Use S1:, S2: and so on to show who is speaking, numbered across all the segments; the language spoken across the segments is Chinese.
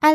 S1: 艾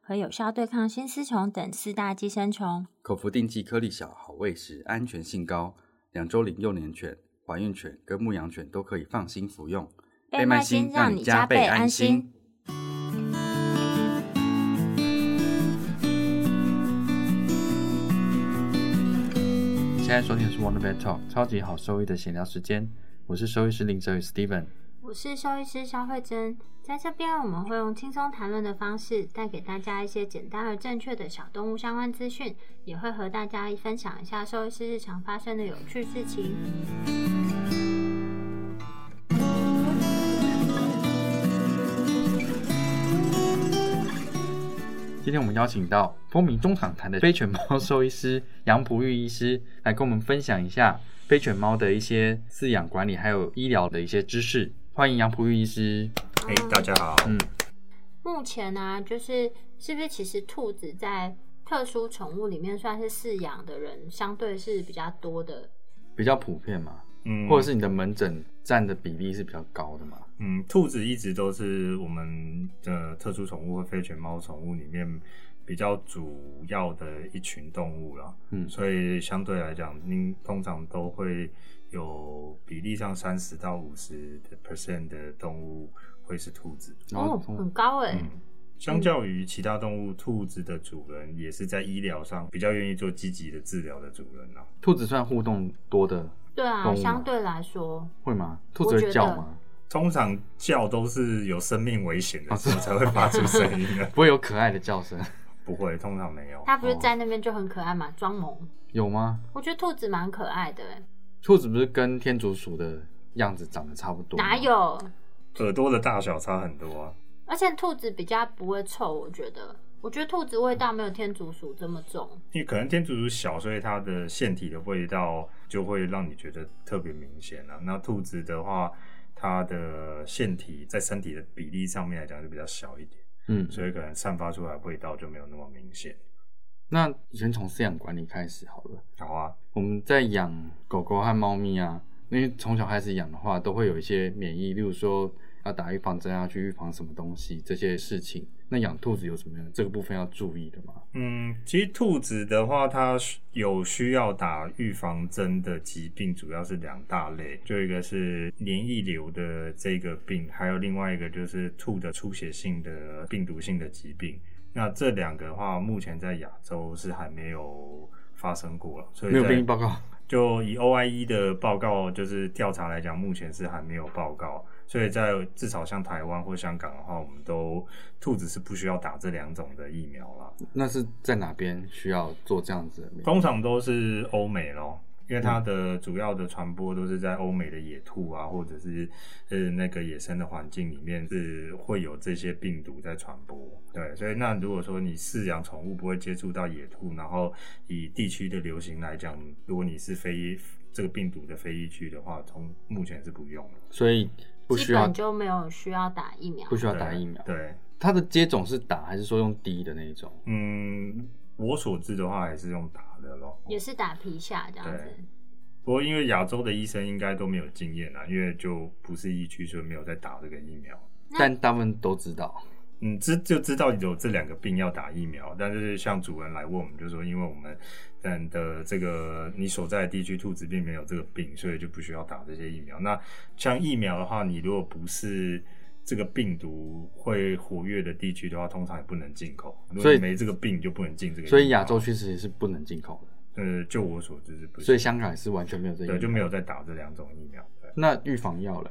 S1: 可有效对抗新丝虫等四大寄生虫。
S2: 口服定剂颗粒小，好喂食，安全性高，两周龄幼年犬、怀孕犬跟牧羊犬都可以放心服用。
S1: 贝麦新让你加倍安心。
S2: 现在收听的是 Wonder Vet Talk，超级好兽医的闲聊时间，我是兽医师林哲宇 Steven。
S1: 我是兽医师肖慧珍，在这边我们会用轻松谈论的方式，带给大家一些简单而正确的小动物相关资讯，也会和大家分享一下兽医师日常发生的有趣事情。
S2: 今天我们邀请到风靡中场坛的非犬猫兽医师 杨璞玉医师来跟我们分享一下非犬猫的一些饲养管理还有医疗的一些知识。欢迎杨璞玉医师。
S3: 嘿、哎大家好。
S2: 嗯，
S1: 目前呢、就是是不是其实兔子在特殊宠物里面算是饲养的人相对是比较多的，
S2: 比较普遍嘛，
S3: 嗯，
S2: 或者是你的门诊占的比例是比较高的嘛？
S3: 嗯，兔子一直都是我们的特殊宠物和非犬猫宠物里面比较主要的一群动物啦，
S2: 嗯
S3: 所以相对来讲，您通常都会有比例上三十到五十 percent 的动物会是兔子。
S2: 然后
S1: 哦，
S2: 从
S1: 很高哎、
S3: 嗯，相较于其他动物，兔子的主人也是在医疗上比较愿意做积极的治疗的主人啦。
S2: 兔子算互动多的，
S1: 对啊，
S2: 动物嘛
S1: 相对来说，
S2: 会吗？兔子会叫吗？
S3: 通常叫都是有生命危险的
S2: 哦
S3: 时候才会发出声音的，
S2: 不会有可爱的叫声，
S3: 不会，通常没有。
S1: 它不是
S2: 哦
S1: 在那边就很可爱嘛，装萌。
S2: 有吗？
S1: 我觉得兔子蛮可爱的、欸，
S2: 兔子不是跟天竺鼠的样子长得差不多？
S1: 哪？有？
S3: 哦耳朵的大小差很多啊。
S1: 而且兔子比较不会臭，我觉得，我觉得兔子味道没有天竺鼠这么重。
S3: 因为可能天竺鼠小，所以它的腺体的味道就会让你觉得特别明显了、那兔子的话，它的腺体在身体的比例上面来讲就比较小一点，
S2: 嗯，
S3: 所以可能散发出来的味道就没有那么明显。
S2: 那先从饲养管理开始好了。
S3: 好啊，
S2: 我们在养狗狗和猫咪啊，因为从小开始养的话，都会有一些免疫，例如说要打预防针啊，去预防什么东西这些事情。那养兔子有什么样这个部分要注意的吗？
S3: 嗯，其实兔子的话，它需有需要打预防针的疾病，主要是两大类，就一个是黏液瘤的这个病，还有另外一个就是兔的出血性的病毒性的疾病。那这两个的话，目前在亚洲是还没有发生过了，所以
S2: 没有
S3: 在
S2: 病例报告，
S3: 就以 OIE 的报告，就是调查来讲，目前是还没有报告，所以在至少像台湾或香港的话，我们都兔子是不需要打这两种的疫苗啦。
S2: 那是在哪边需要做这样子的免疫？
S3: 通常都是欧美咯，因
S2: 嗯
S3: 为它的主要的传播都是在欧美的野兔啊，或者是呃那个野生的环境里面是会有这些病毒在传播。对，所以那如果说你饲养宠物不会接触到野兔，然后以地区的流行来讲，如果你是非这个病毒的非疫区的话，从目前是不用的，
S2: 所以不需
S1: 基
S2: 要
S1: 本就没有需要打疫苗
S2: 不。需要打
S3: 对
S2: 疫苗。
S3: 对，
S2: 它的接种是打还是说用滴的那一种？
S3: 嗯，我所知的话还是用打的咯。
S1: 也是打皮下这样子
S3: 对，不过因为亚洲的医生应该都没有经验啊，因为就不是疫区，所以没有在打这个疫苗。
S1: 那
S2: 但大部分都知道，
S3: 嗯，知就知道有这两个病要打疫苗，但是像主人来问我们，就说因为我们嗯的这个你所在的地区兔子并没有这个病，所以就不需要打这些疫苗。那像疫苗的话，你如果不是这个病毒会活跃的地区的话，通常也不能进口。如
S2: 所
S3: 果
S2: 以
S3: 你没这个病，你就不能进这个疫苗。
S2: 所以亚洲区其实是不能进口的，
S3: 呃，就我所知是不行
S2: 所以香港也是完全没有这个
S3: 对
S2: 疫
S3: 就
S2: 苗。
S3: 没有在打这两种疫苗。对
S2: 那预防药嘞，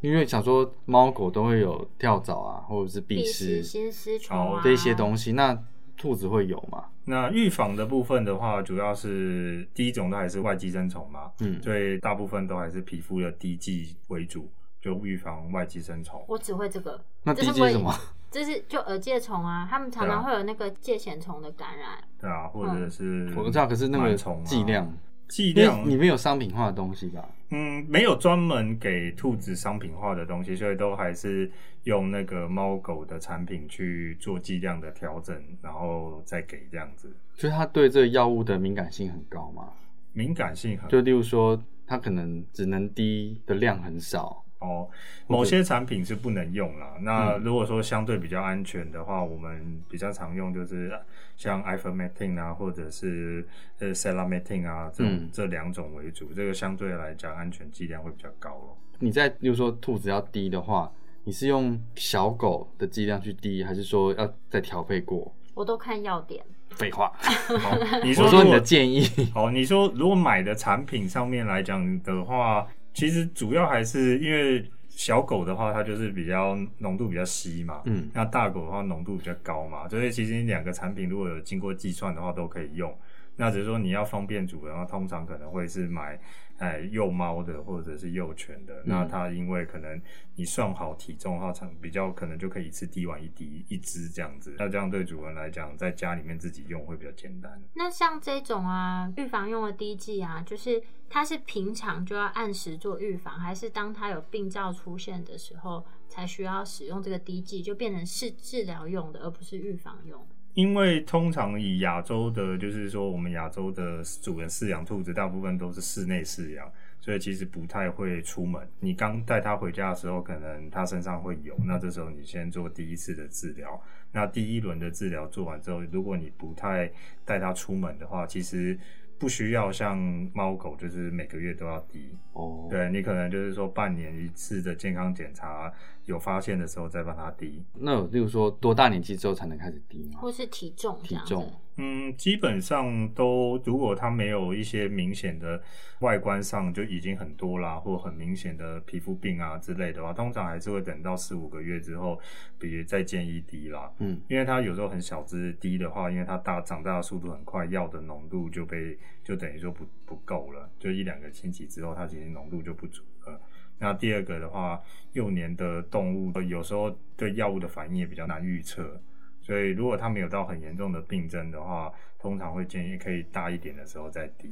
S2: 因为想说猫狗都会有跳蚤啊，或者是
S1: 必
S2: 蜱
S1: 须
S2: 虱
S1: 新丝虫啊
S3: 哦
S2: 这些东西，那兔子会有吗？
S3: 那预防的部分的话，主要是第一种都还是外寄生虫嘛，
S2: 嗯，
S3: 所以大部分都还是皮肤的滴剂为主，就预防外寄生虫。
S1: 我只会这个。
S2: 那
S1: 这
S2: 滴
S1: 是
S2: 剂
S1: 我
S2: 是什么？
S1: 就是就耳疥虫啊，他们常
S3: 对啊
S1: 常会有那个疥藓虫的感染。
S3: 对啊，或者是
S2: 我知道，可是那个
S3: 螨虫啊
S2: 剂量，
S3: 剂
S2: 嗯因为
S3: 量
S2: 里面有商品化的东西吧？
S3: 嗯，没有专门给兔子商品化的东西，所以都还是用那个猫狗的产品去做剂量的调整，然后再给这样子。
S2: 就是它对这个药物的敏感性很高嘛？
S3: 敏感性很
S2: 就例如说，它可能只能滴的量很少，
S3: 哦，某些产品是不能用啦。
S2: 嗯
S3: 那如果说相对比较安全的话，我们比较常用就是啊像 ivermectin 啊，或者是呃 selamectin 啊这种、
S2: 嗯
S3: 这两种为主，这个相对来讲安全剂量会比较高 咯。
S2: 你在例如说兔子要滴的话，你是用小狗的剂量去滴，还是说要再调配过？
S1: 我都看药典，
S2: 废话，
S3: 哦你
S2: 我
S3: 如果
S2: 说你的 建议，
S3: 哦，你说如果买的产品上面来讲的话，其实主要还是因为小狗的话，它就是比较浓度比较稀嘛，
S2: 嗯，
S3: 那大狗的话浓度比较高嘛，所以其实两个产品如果有经过计算的话都可以用。那只是说你要方便主人的话，通常可能会是买哎幼猫的或者是幼犬的。那它因为可能你算好体重的话，常比较可能就可以一次滴完一滴一只这样子。那这样对主人来讲，在家里面自己用会比较简单。
S1: 那像这种啊，预防用的滴剂啊，就是它是平常就要按时做预防，还是当它有病灶出现的时候才需要使用这个滴剂，就变成是治疗用的，而不是预防用？
S3: 因为通常以亚洲的，就是说我们亚洲的主人饲养兔子，大部分都是室内饲养，所以其实不太会出门。你刚带它回家的时候，可能它身上会有，那这时候你先做第一次的治疗。那第一轮的治疗做完之后，如果你不太带它出门的话，其实不需要像猫狗，就是每个月都要滴。
S2: 哦，
S3: 对你可能就是说半年一次的健康检查，有发现的时候再帮它滴。
S2: 那有例如说多大年纪之后才能开始滴吗？
S1: 或是体重这
S2: 体
S1: 样子？
S2: 重
S3: 嗯，基本上都，如果它没有一些明显的外观上就已经很多啦，或很明显的皮肤病啊之类的话，通常还是会等到四五个月之后，比如再建议滴啦。
S2: 嗯，
S3: 因为它有时候很小只滴的话，因为它大长大的速度很快，药的浓度就被就等于说不不够了，就一两个星期之后，它其实浓度就不足了。那第二个的话，幼年的动物有时候对药物的反应也比较难预测，所以如果它没有到很严重的病症的话，通常会建议可以大一点的时候再滴。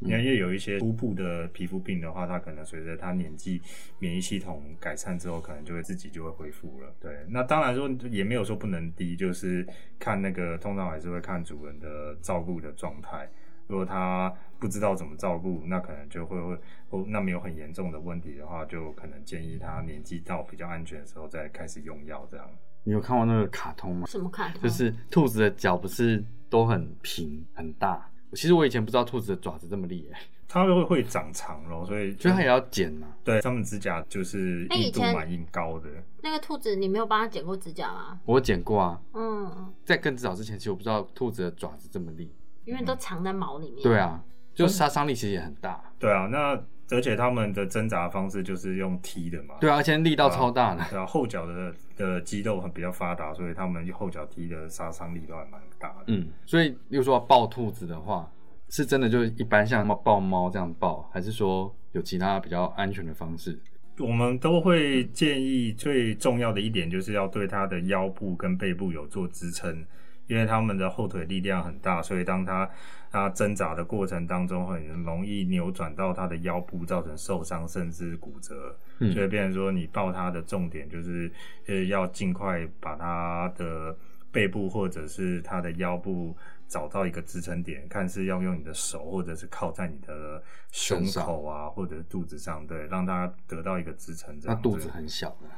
S2: 嗯
S3: 因为有一些初步的皮肤病的话，它可能随着它年纪免疫系统改善之后，可能就会自己就会恢复了。对，那当然说也没有说不能滴，就是看那个通常还是会看主人的照顾的状态。如果他不知道怎么照顾，那可能就会会哦，那没有很严重的问题的话，就可能建议他年纪到比较安全的时候再开始用药这样。
S2: 你有看过那个卡通吗？
S1: 什么看？
S2: 就是兔子的脚不是都很平很大？其实我以前不知道兔子的爪子这么厉害，
S3: 它会会长长咯，所以
S2: 所以它也要剪嘛。
S3: 对它们指甲就是
S1: 那以
S3: 硬度
S1: 前
S3: 蛮硬高的。
S1: 那个兔子，你没有帮它剪过指甲吗？
S2: 我有剪过啊，
S1: 嗯，
S2: 在更早之前，其实我不知道兔子的爪子这么利。
S1: 因为都藏在毛里面。
S2: 对，啊，就杀伤力其实也很大。
S3: 对啊，那而且它们的挣扎方式就是用踢的嘛。
S2: 对啊，而且力道超大的。
S3: 对啊，后脚的的肌肉很比较发达，所以它们后脚踢的杀伤力都还蛮大的。
S2: 嗯，所以例如说抱兔子的话，是真的就一般像抱猫这样抱，还是说有其他比较安全的方式？
S3: 我们都会建议最重要的一点就是要对它的腰部跟背部有做支撑，因为它们的后腿力量很大，所以当它它挣扎的过程当中，很容易扭转到它的腰部，造成受伤甚至骨折。
S2: 嗯
S3: 所以变成说你抱它的重点就是呃要尽快把它的背部或者是它的腰部找到一个支撑点，看是要用你的手或者是靠在你的胸
S2: 身上
S3: 口啊或者是肚子上，对，让它得到一个支撑。这
S2: 那
S3: 样
S2: 肚子
S3: 对
S2: 很小的，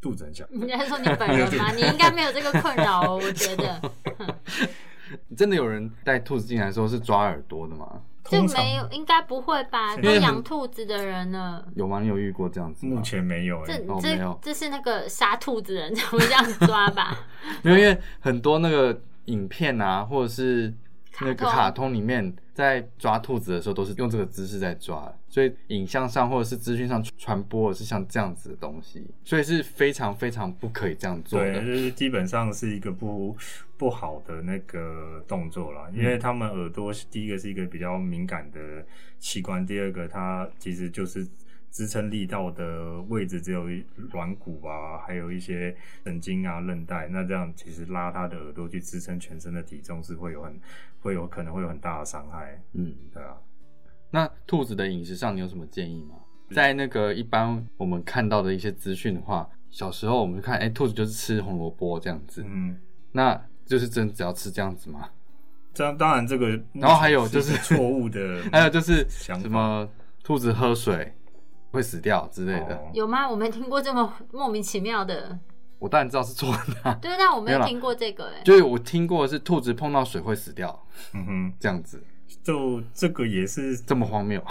S3: 肚子很小，
S1: 你在说你本 人吗？你应该没有这个困扰哦，我觉 得。
S2: 真的有人带兔子进来的时候是抓耳朵的吗？
S1: 这
S3: 通常
S1: 没有，应该不会吧？
S3: 因
S1: 都
S3: 为
S1: 养兔子的人了，
S2: 有吗？你有遇过这样子吗？
S3: 目前没有、
S1: 这
S3: 欸。
S2: 哦没有
S1: 这这是那个杀兔子人 才会这样抓吧？
S2: 没有，因为很多那个影片啊，或者是那
S1: 卡
S2: 个
S1: 通
S2: 卡通里面，在抓兔子的时候都是用这个姿势在抓，所以影像上或者是资讯上传播的是像这样子的东西，所以是非常非常不可以这样做
S3: 对，
S2: 的。
S3: 就是基本上是一个不不好的那个动作啦，因
S2: 嗯
S3: 为他们耳朵是第一个是一个比较敏感的器官，第二个它其实就是支撑力道的位置只有软骨啊，还有一些神经啊、韧带，那这样其实拉它的耳朵去支撑全身的体重是会有很会有可能会有很大的伤害，
S2: 嗯，
S3: 对啊。
S2: 那兔子的饮食上你有什么建议吗？
S3: 嗯
S2: 在那个一般我们看到的一些资讯的话，小时候我们就看，哎、兔子就是吃红萝卜这样子，
S3: 嗯，
S2: 那就是真只要吃这样子吗？
S3: 这样当然这个，
S2: 然后还有就是
S3: 错误的
S2: ，
S3: 哦
S2: 还有就是
S3: 嗯想法
S2: 什么兔子喝水会死掉之类的，
S3: 哦
S1: 有吗？我没听过这么莫名其妙的。
S2: 我当然知道是错的啊、
S1: 对，但我没
S2: 没有
S1: 有
S2: 啦
S1: 听过这个哎、
S2: 就是我听过的是兔子碰到水会死掉
S3: 嗯哼，
S2: 这样子，
S3: 就这个也是
S2: 这么荒谬。
S3: 哦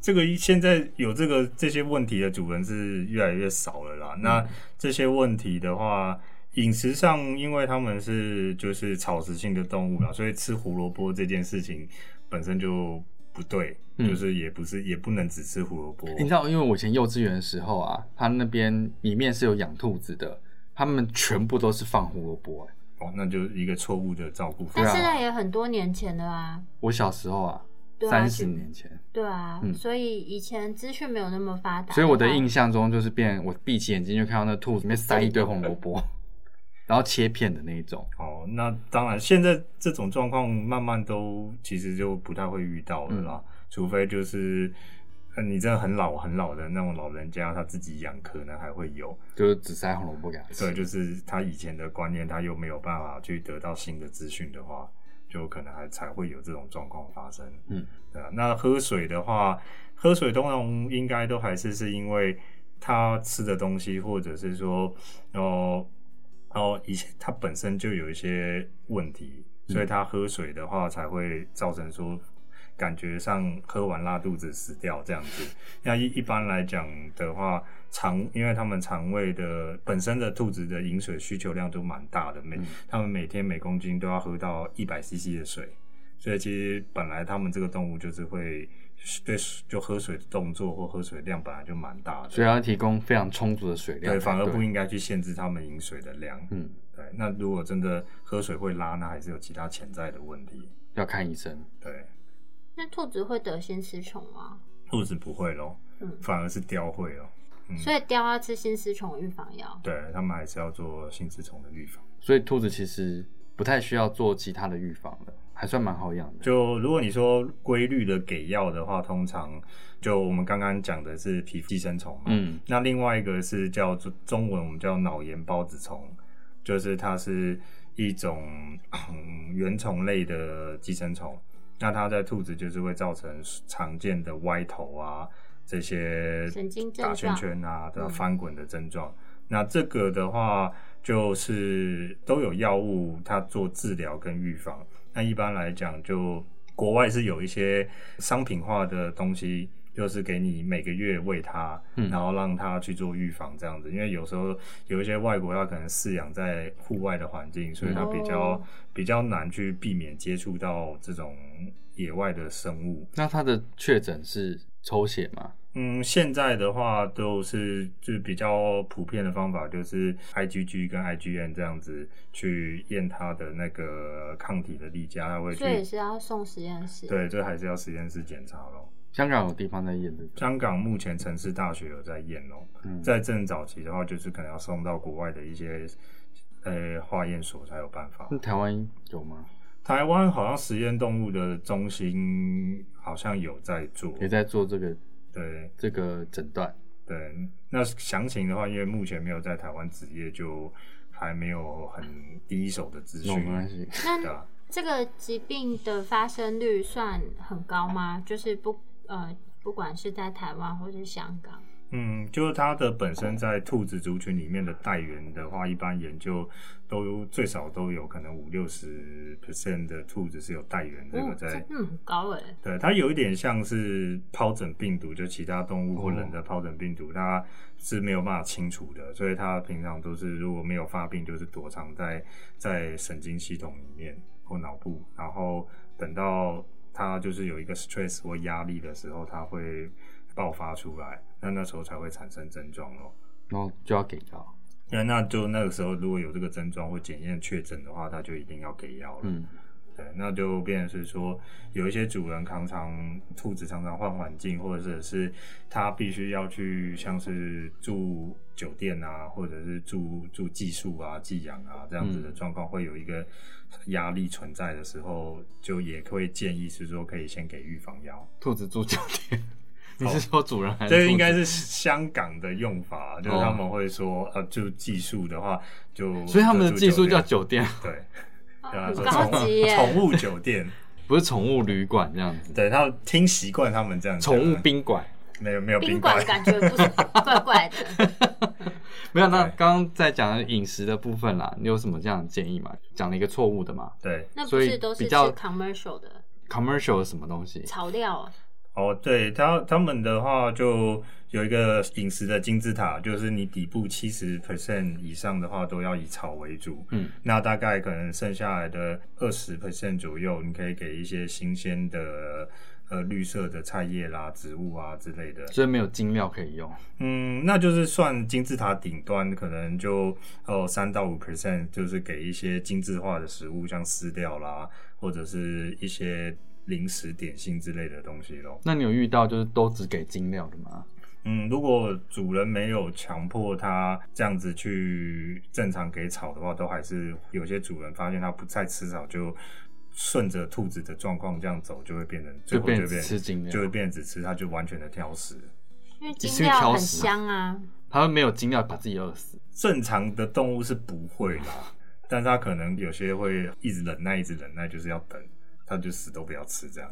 S3: 这个现在有这个这些问题的主人是越来越少了
S2: 嗯
S3: 啦。那这些问题的话，饮食上，因为他们是就是草食性的动
S2: 嗯
S3: 物啦，所以吃胡萝卜这件事情本身就不对，
S2: 嗯
S3: 就是也不是也不能只吃胡萝卜。
S2: 你知道，因为我以前幼稚园的时候啊，他那边里面是有养兔子的，他们全部都是放胡萝卜、欸
S3: 哦，那就是一个错误的照顾方
S1: 但
S2: 啊
S3: 式。
S1: 现在也很多年前了啊。
S2: 我小时候啊，
S1: 对啊
S2: 三十、
S1: 是
S2: 年前，
S1: 对啊，
S2: 嗯
S1: 所以以前资讯没有那么发达，
S2: 所以我的
S1: 话
S2: 印象中就是变，我闭起眼睛就看到那兔子里面塞一堆红 萝卜，然后切片的那一种。
S3: 哦，那当然，现在这种状况慢慢都其实就不太会遇到了啦，
S2: 嗯
S3: 除非就是。呃你真的很老很老的那种老人家，他自己养可能还会有，
S2: 就是只塞红萝卜给他吃。
S3: 对，就是他以前的观念，他又没有办法去得到新的资讯的话，就可能还才会有这种状况发生。
S2: 嗯，
S3: 对啊。那喝水的话，喝水通常应该都还是是因为他吃的东西，或者是说，哦哦，以前他本身就有一些问题，
S2: 嗯
S3: 所以他喝水的话才会造成说。感觉上喝完拉肚子死掉这样子， 那一一般来讲的话，肠因为他们肠胃的本身的兔子的饮水需求量都蛮大的，每、
S2: 嗯
S3: 他们每天每公斤都要喝到一百 CC 的水，所以其实本来他们这个动物就是会对就喝水的动作或喝水量本来就蛮大的，
S2: 所以要提供非常充足的水量才。
S3: 对，反而不应该去限制他们饮水的量。
S2: 嗯，
S3: 对，那如果真的喝水会拉，那还是有其他潜在的问题。
S2: 要看医生。
S3: 对，
S1: 那兔子会得心丝虫吗？
S3: 兔子不会咯，
S1: 嗯
S3: 反而是雕会咯。嗯
S1: 所以雕要吃心丝虫预防药。
S3: 对他们还是要做性丝虫的预防。
S2: 所以兔子其实不太需要做其他的预防的，还算蛮好养的。
S3: 就如果你说规律的给药的话，通常就我们刚刚讲的是皮肤寄生虫嘛，
S2: 嗯
S3: 那另外一个是叫做中文我们叫脑炎孢子虫，就是它是一种 嗯原虫类的寄生虫。那它在兔子就是会造成常见的歪头啊，这些
S1: 神经症状
S3: 打圈圈啊，对吧、
S1: 嗯
S3: 翻滚的症状。那这个的话，就是都有药物，它做治疗跟预防。那一般来讲，就国外是有一些商品化的东西，就是给你每个月喂它，
S2: 嗯
S3: 然后让它去做预防这样子。因为有时候有一些外国，它可能饲养在户外的环境，所以它比较、
S1: 哦
S3: 比较难去避免接触到这种野外的生物。
S2: 那它的确诊是抽血吗？
S3: 嗯，现在的话都是就比较普遍的方法，就是 IgG 跟 IgM 这样子去验它的那个抗体的力加，它会去
S1: 所以也是要送实验室。，
S3: 对，这还是要实验室检查咯。
S2: 香港有地方在验这个。
S3: 香港目前城市大学有在验咯，
S2: 嗯，
S3: 在正早期的话，就是可能要送到国外的一些呃化验所才有办法。
S2: 那台湾有吗？
S3: 台湾好像实验动物的中心好像有在做，
S2: 也在做这个
S3: 对
S2: 这个诊断。
S3: 对。那详情的话，因为目前没有在台湾职业，就还没有很第一手的资
S2: 那
S3: 讯
S2: 没，关系。
S3: 对
S1: 那
S2: 啊
S3: 吧？
S1: 这个疾病的发生率算很高吗？就是不呃，不管是在台湾或是香港，
S3: 嗯，就是它的本身在兔子族群里面的带源的话，一般研究都最少都有可能五六十 percent 的兔子是有带源这个
S1: 哦，
S3: 在
S1: 真的很高哎。
S3: 对，它有一点像是疱疹病毒，就其他动物或人的疱疹病毒，它是没有办法清除的，所以它平常都是如果没有发病，就是躲藏在在神经系统里面或脑部，然后等到它就是有一个 stress 或压力的时候，它会爆发出来，那那时候才会产生症状咯。
S2: 然后就要给药。
S3: 那那就那个时候如果有这个症状或检验确诊的话，它就一定要给药了。
S2: 嗯，
S3: 对，那就变成是说，有一些主人常常兔子常常换环境，或者是它必须要去像是住酒店啊，或者是住住寄宿啊、寄养啊这样子的
S2: 嗯
S3: 状况，会有一个压力存在的时候，就也会建议是说可以先给预防药。
S2: 兔子住酒店，你是说主人还是兔
S3: 这
S2: 子？
S3: 应该是香港的用法，就是他们会说，呃，就寄宿的话，就
S2: 所以他们的
S3: 就住
S2: 技术
S3: 酒
S2: 叫
S3: 店
S2: 酒店，
S3: 对，
S1: 很
S3: 对
S1: 高
S3: 啊宠
S1: 级耶！
S3: 宠物酒店，
S2: 不是宠物旅馆这样子，
S3: 对他们听习惯他们这样讲
S2: 宠
S3: 啊，
S2: 物宾馆。
S3: 没有没有
S1: 宾
S3: 馆
S1: 馆，感觉不是怪怪的。
S2: 没有，那
S3: 对
S2: 刚刚在讲的饮食的部分啦，你有什么这样的建议吗？讲了一个错误的嘛
S3: 对，
S1: 那不
S2: 所以
S1: 是都是
S2: 比
S1: 吃
S2: 较
S1: commercial 的
S2: ，commercial 是什么东西？
S1: 草料啊？
S3: 哦，对他他们的话就有一个饮食的金字塔，就是你底部七十 percent 以上的话都要以草为主，
S2: 嗯，
S3: 那大概可能剩下来的二十 percent 左右，你可以给一些新鲜的呃绿色的菜叶啦、植物啊之类的，
S2: 所以没有精料可以用。
S3: 嗯，那就是算金字塔顶端，可能就呃三到五 percent，就是给一些精致化的食物，像饲料啦，或者是一些零食、点心之类的东西咯。
S2: 那你有遇到就是都只给精料的吗？
S3: 嗯，如果主人没有强迫它这样子去正常给草的话，都还是有些主人发现它不再吃草，就顺着兔子的状况这样走，就会变成最后
S2: 变
S3: 就
S2: 成只吃精
S3: 就会
S2: 料，
S3: 变成只吃，它就完全的挑食。
S1: 因为
S2: 是
S1: 精
S2: 因为挑
S1: 料很
S2: 食吗
S1: 香啊，
S2: 他们没有精料把自己饿死。
S3: 正常的动物是不会啦，但是它可能有些会一直忍耐，一直忍耐，就是要等，它就死都不要吃这样。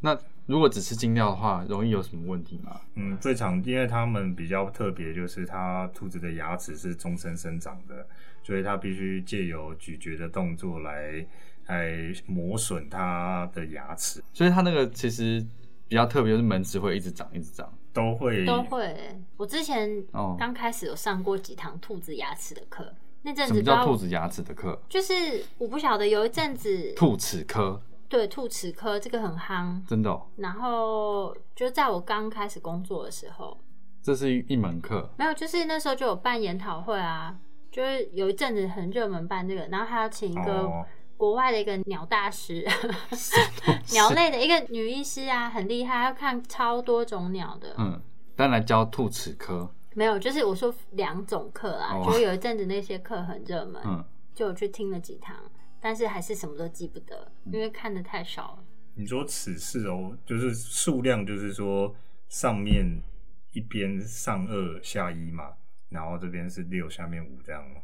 S2: 那如果只吃精料的话，容易有什么问题吗？
S3: 嗯，最常因为它们比较特别，就是它兔子的牙齿是终身生长的，所以它必须借由咀嚼的动作来来磨损它的牙齿，
S2: 所以它那个其实比较特别，就是门齿会一直长，一直长。
S3: 都会
S1: 都会欸。我之前
S2: 嗯哦
S1: 刚开始有上过几堂兔子牙齿的课，那阵子
S2: 什么
S1: 不知道
S2: 叫兔子牙齿的课？
S1: 就是我不晓得有一阵子
S2: 兔齿科，
S1: 对兔齿科这个很夯，
S2: 真的、哦，
S1: 然后就在我刚开始工作的时候，
S2: 这是一门课。
S1: 没有，就是那时候就有办研讨会啊，就是有一阵子很热门办这个，然后还要请一个
S3: 哦
S1: 国外的一个鸟大师， 鸟类的一个女医师啊，很厉害，她要看超多种鸟的，
S2: 嗯，当然教兔齿科。
S1: 没有，就是我说两种课啊，
S2: 哦
S1: 就是有一阵子那些课很热门，
S2: 嗯，
S1: 就我去听了几堂，但是还是什么都记不得，
S2: 嗯
S1: 因为看的太少了。
S3: 你说此事哦，就是数量，就是说上面一边上二下一嘛，然后这边是六，下面五这样哦嘛。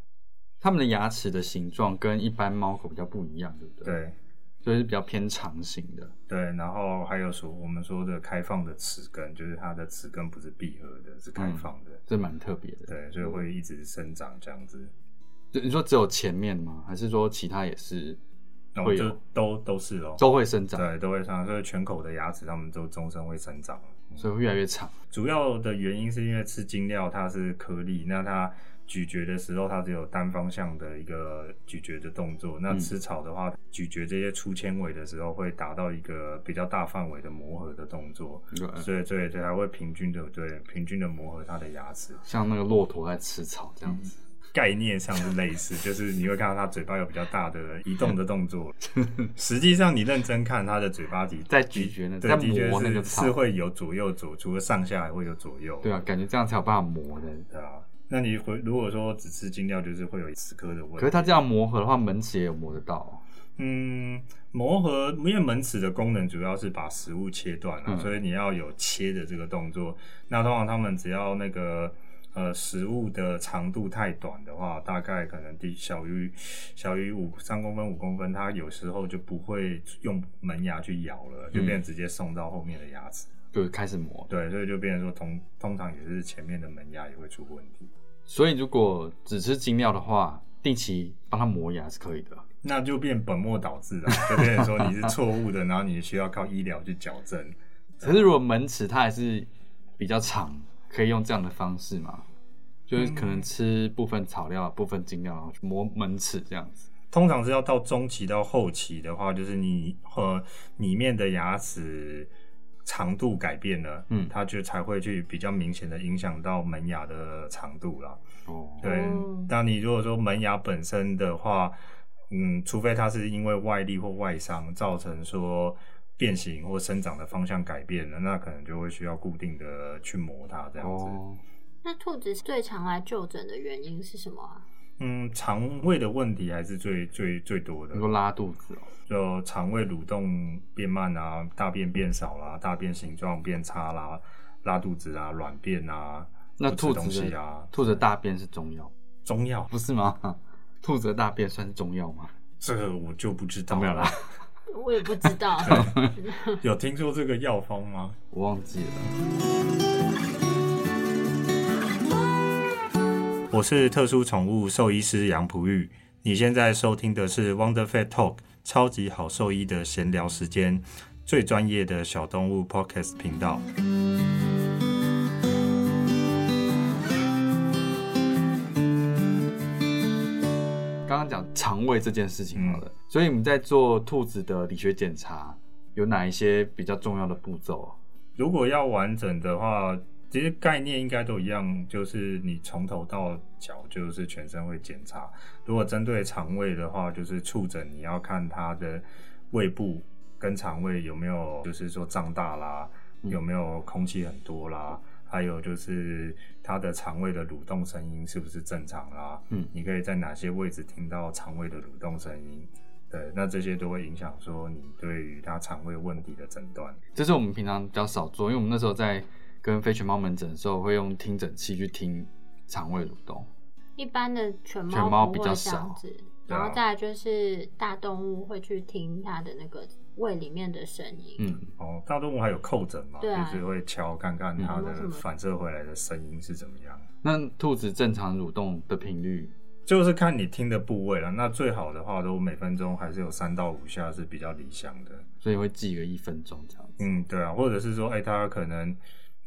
S2: 它们的牙齿的形状跟一般猫狗比较不一样，对不对？，
S3: 对
S2: 所以是比较偏长型的。
S3: 对，然后还有说我们说的开放的齿根，就是它的齿根不是闭合的，是
S2: 嗯
S3: 开放的。
S2: 这蛮特别的。
S3: 对，所以会一直生长这样子，
S2: 对，你说只有前面吗？还是说其他也是
S3: 然后
S2: 会有
S3: 哦就都都是哦，
S2: 都会生长，
S3: 对都会生长，所以全口的牙齿它们都终身会生长。
S2: 所以会越来越长？
S3: 主要的原因是因为吃精料它是颗粒，那它咀嚼的时候它只有单方向的一个咀嚼的动作。那
S2: 嗯
S3: 吃草的话，咀嚼这些粗纤维的时候会达到一个比较大范围的磨合的动作，
S2: 对
S3: 所以所以才会平均的对平均的磨合它的牙齿。
S2: 像那个骆驼在吃草这样子。
S3: 概念上是类似，就是你会看到它嘴巴有比较大的移动的 动作，实际上你认真看它的嘴巴底
S2: 在咀嚼那
S3: 对
S2: 在
S3: 的确
S2: 磨那个
S3: 是
S2: 草
S3: 是会有左右左，除了上下还会有左右。
S2: 对啊，感觉这样才有办法磨的。
S3: 对啊，那你回如果说只吃精料，就是会有齿科的问题。
S2: 可是它这样磨合的话，门齿也有磨得到哦。
S3: 嗯，磨合，因为门齿的功能主要是把食物切断了、
S2: 嗯
S3: 所以你要有切的这个动作。那通常他们只要那个呃食物的长度太短的话，大概可能低小于小于五三公分五公分，它有时候就不会用门牙去咬了，就变成直接送到后面的牙齿。
S2: 就开始磨。
S3: 对，所以就变成说通通常也是前面的门牙也会出问题。
S2: 所以如果只吃精料的话，定期帮它磨牙是可以的。
S3: 那就变本末倒置了， 就变成说你是错误的，然后你需要靠医疗去矫正。
S2: 可是如果门齿它还是比较长，可以用这样的方式吗？就是可能吃部分草料、部分精料，然后去磨门齿这样子。
S3: 通常是要到中期到后期的话，就是你和里面的牙齿长度改变了，
S2: 嗯
S3: 它就才会去比较明显的影响到门牙的长度啦。
S2: 哦，
S3: 对啊
S1: 哦，
S3: 那你如果说门牙本身的话，嗯，除非它是因为外力或外伤造成说变形或生长的方向改变了，那可能就会需要固定的去磨它这样子。
S2: 哦，
S1: 那兔子最常来就诊的原因是什么 啊？
S3: 嗯，肠胃的问题还是最最最多的
S2: 能，够拉肚子哦，
S3: 就肠胃蠕动变慢啊，大便变少啦、大便形状变差啦，拉肚子啊，软便啊，
S2: 那
S3: 不吃
S2: 兔
S3: 东
S2: 子
S3: 西
S2: 的、
S3: 啊，
S2: 兔子的大便是中药，
S3: 中药
S2: 不是吗？兔子的大便算是中药吗？
S3: 这个我就不知道
S2: 没有啦
S3: 了。
S1: 我也不知道。
S3: 有听说这个药方吗？
S2: 我忘记了。
S3: 我是特殊宠物兽医师杨璞玉，你现在收听的是 Wonder Pet Talk 超级好兽医的闲聊时间，最专业的小动物 Podcast 频道。
S2: 刚刚讲肠胃这件事情
S3: 嗯
S2: 好了，所以你们在做兔子的理学检查，有哪一些比较重要的步骤啊？
S3: 如果要完整的话，其实概念应该都一样，就是你从头到脚就是全身会检查。如果针对肠胃的话，就是触诊你要看它的胃部跟肠胃有没有，就是说胀大啦，
S2: 嗯
S3: 有没有空气很多啦。还有就是它的肠胃的蠕动声音是不是正常啦？
S2: 嗯
S3: 你可以在哪些位置听到肠胃的蠕动声音？对，那这些都会影响说你对于它肠胃问题的诊断。
S2: 这是我们平常比较少做，因为我们那时候在跟非犬猫门诊的时候，会用听诊器去听肠胃蠕动。
S1: 一般的犬
S2: 犬猫
S1: 猫
S2: 比
S1: 不
S2: 较
S1: 会这
S2: 少
S1: 样子，
S3: 对啊
S1: 然后再来就是大动物会去听它的那个胃里面的声音。
S2: 嗯，
S3: 哦，大动物还有叩诊嘛，
S1: 对啊
S3: 就是会敲看看它
S1: 嗯为什
S3: 的
S1: 么
S3: 反射回来的声音是怎么样，
S2: 那兔子正常蠕动的频率，
S3: 就是看你听的部位了。那最好的话，都每分钟还是有三到五下是比较理想的。
S2: 所以会记个一分钟这样子。
S3: 嗯，对啊，或者是说，哎、它可能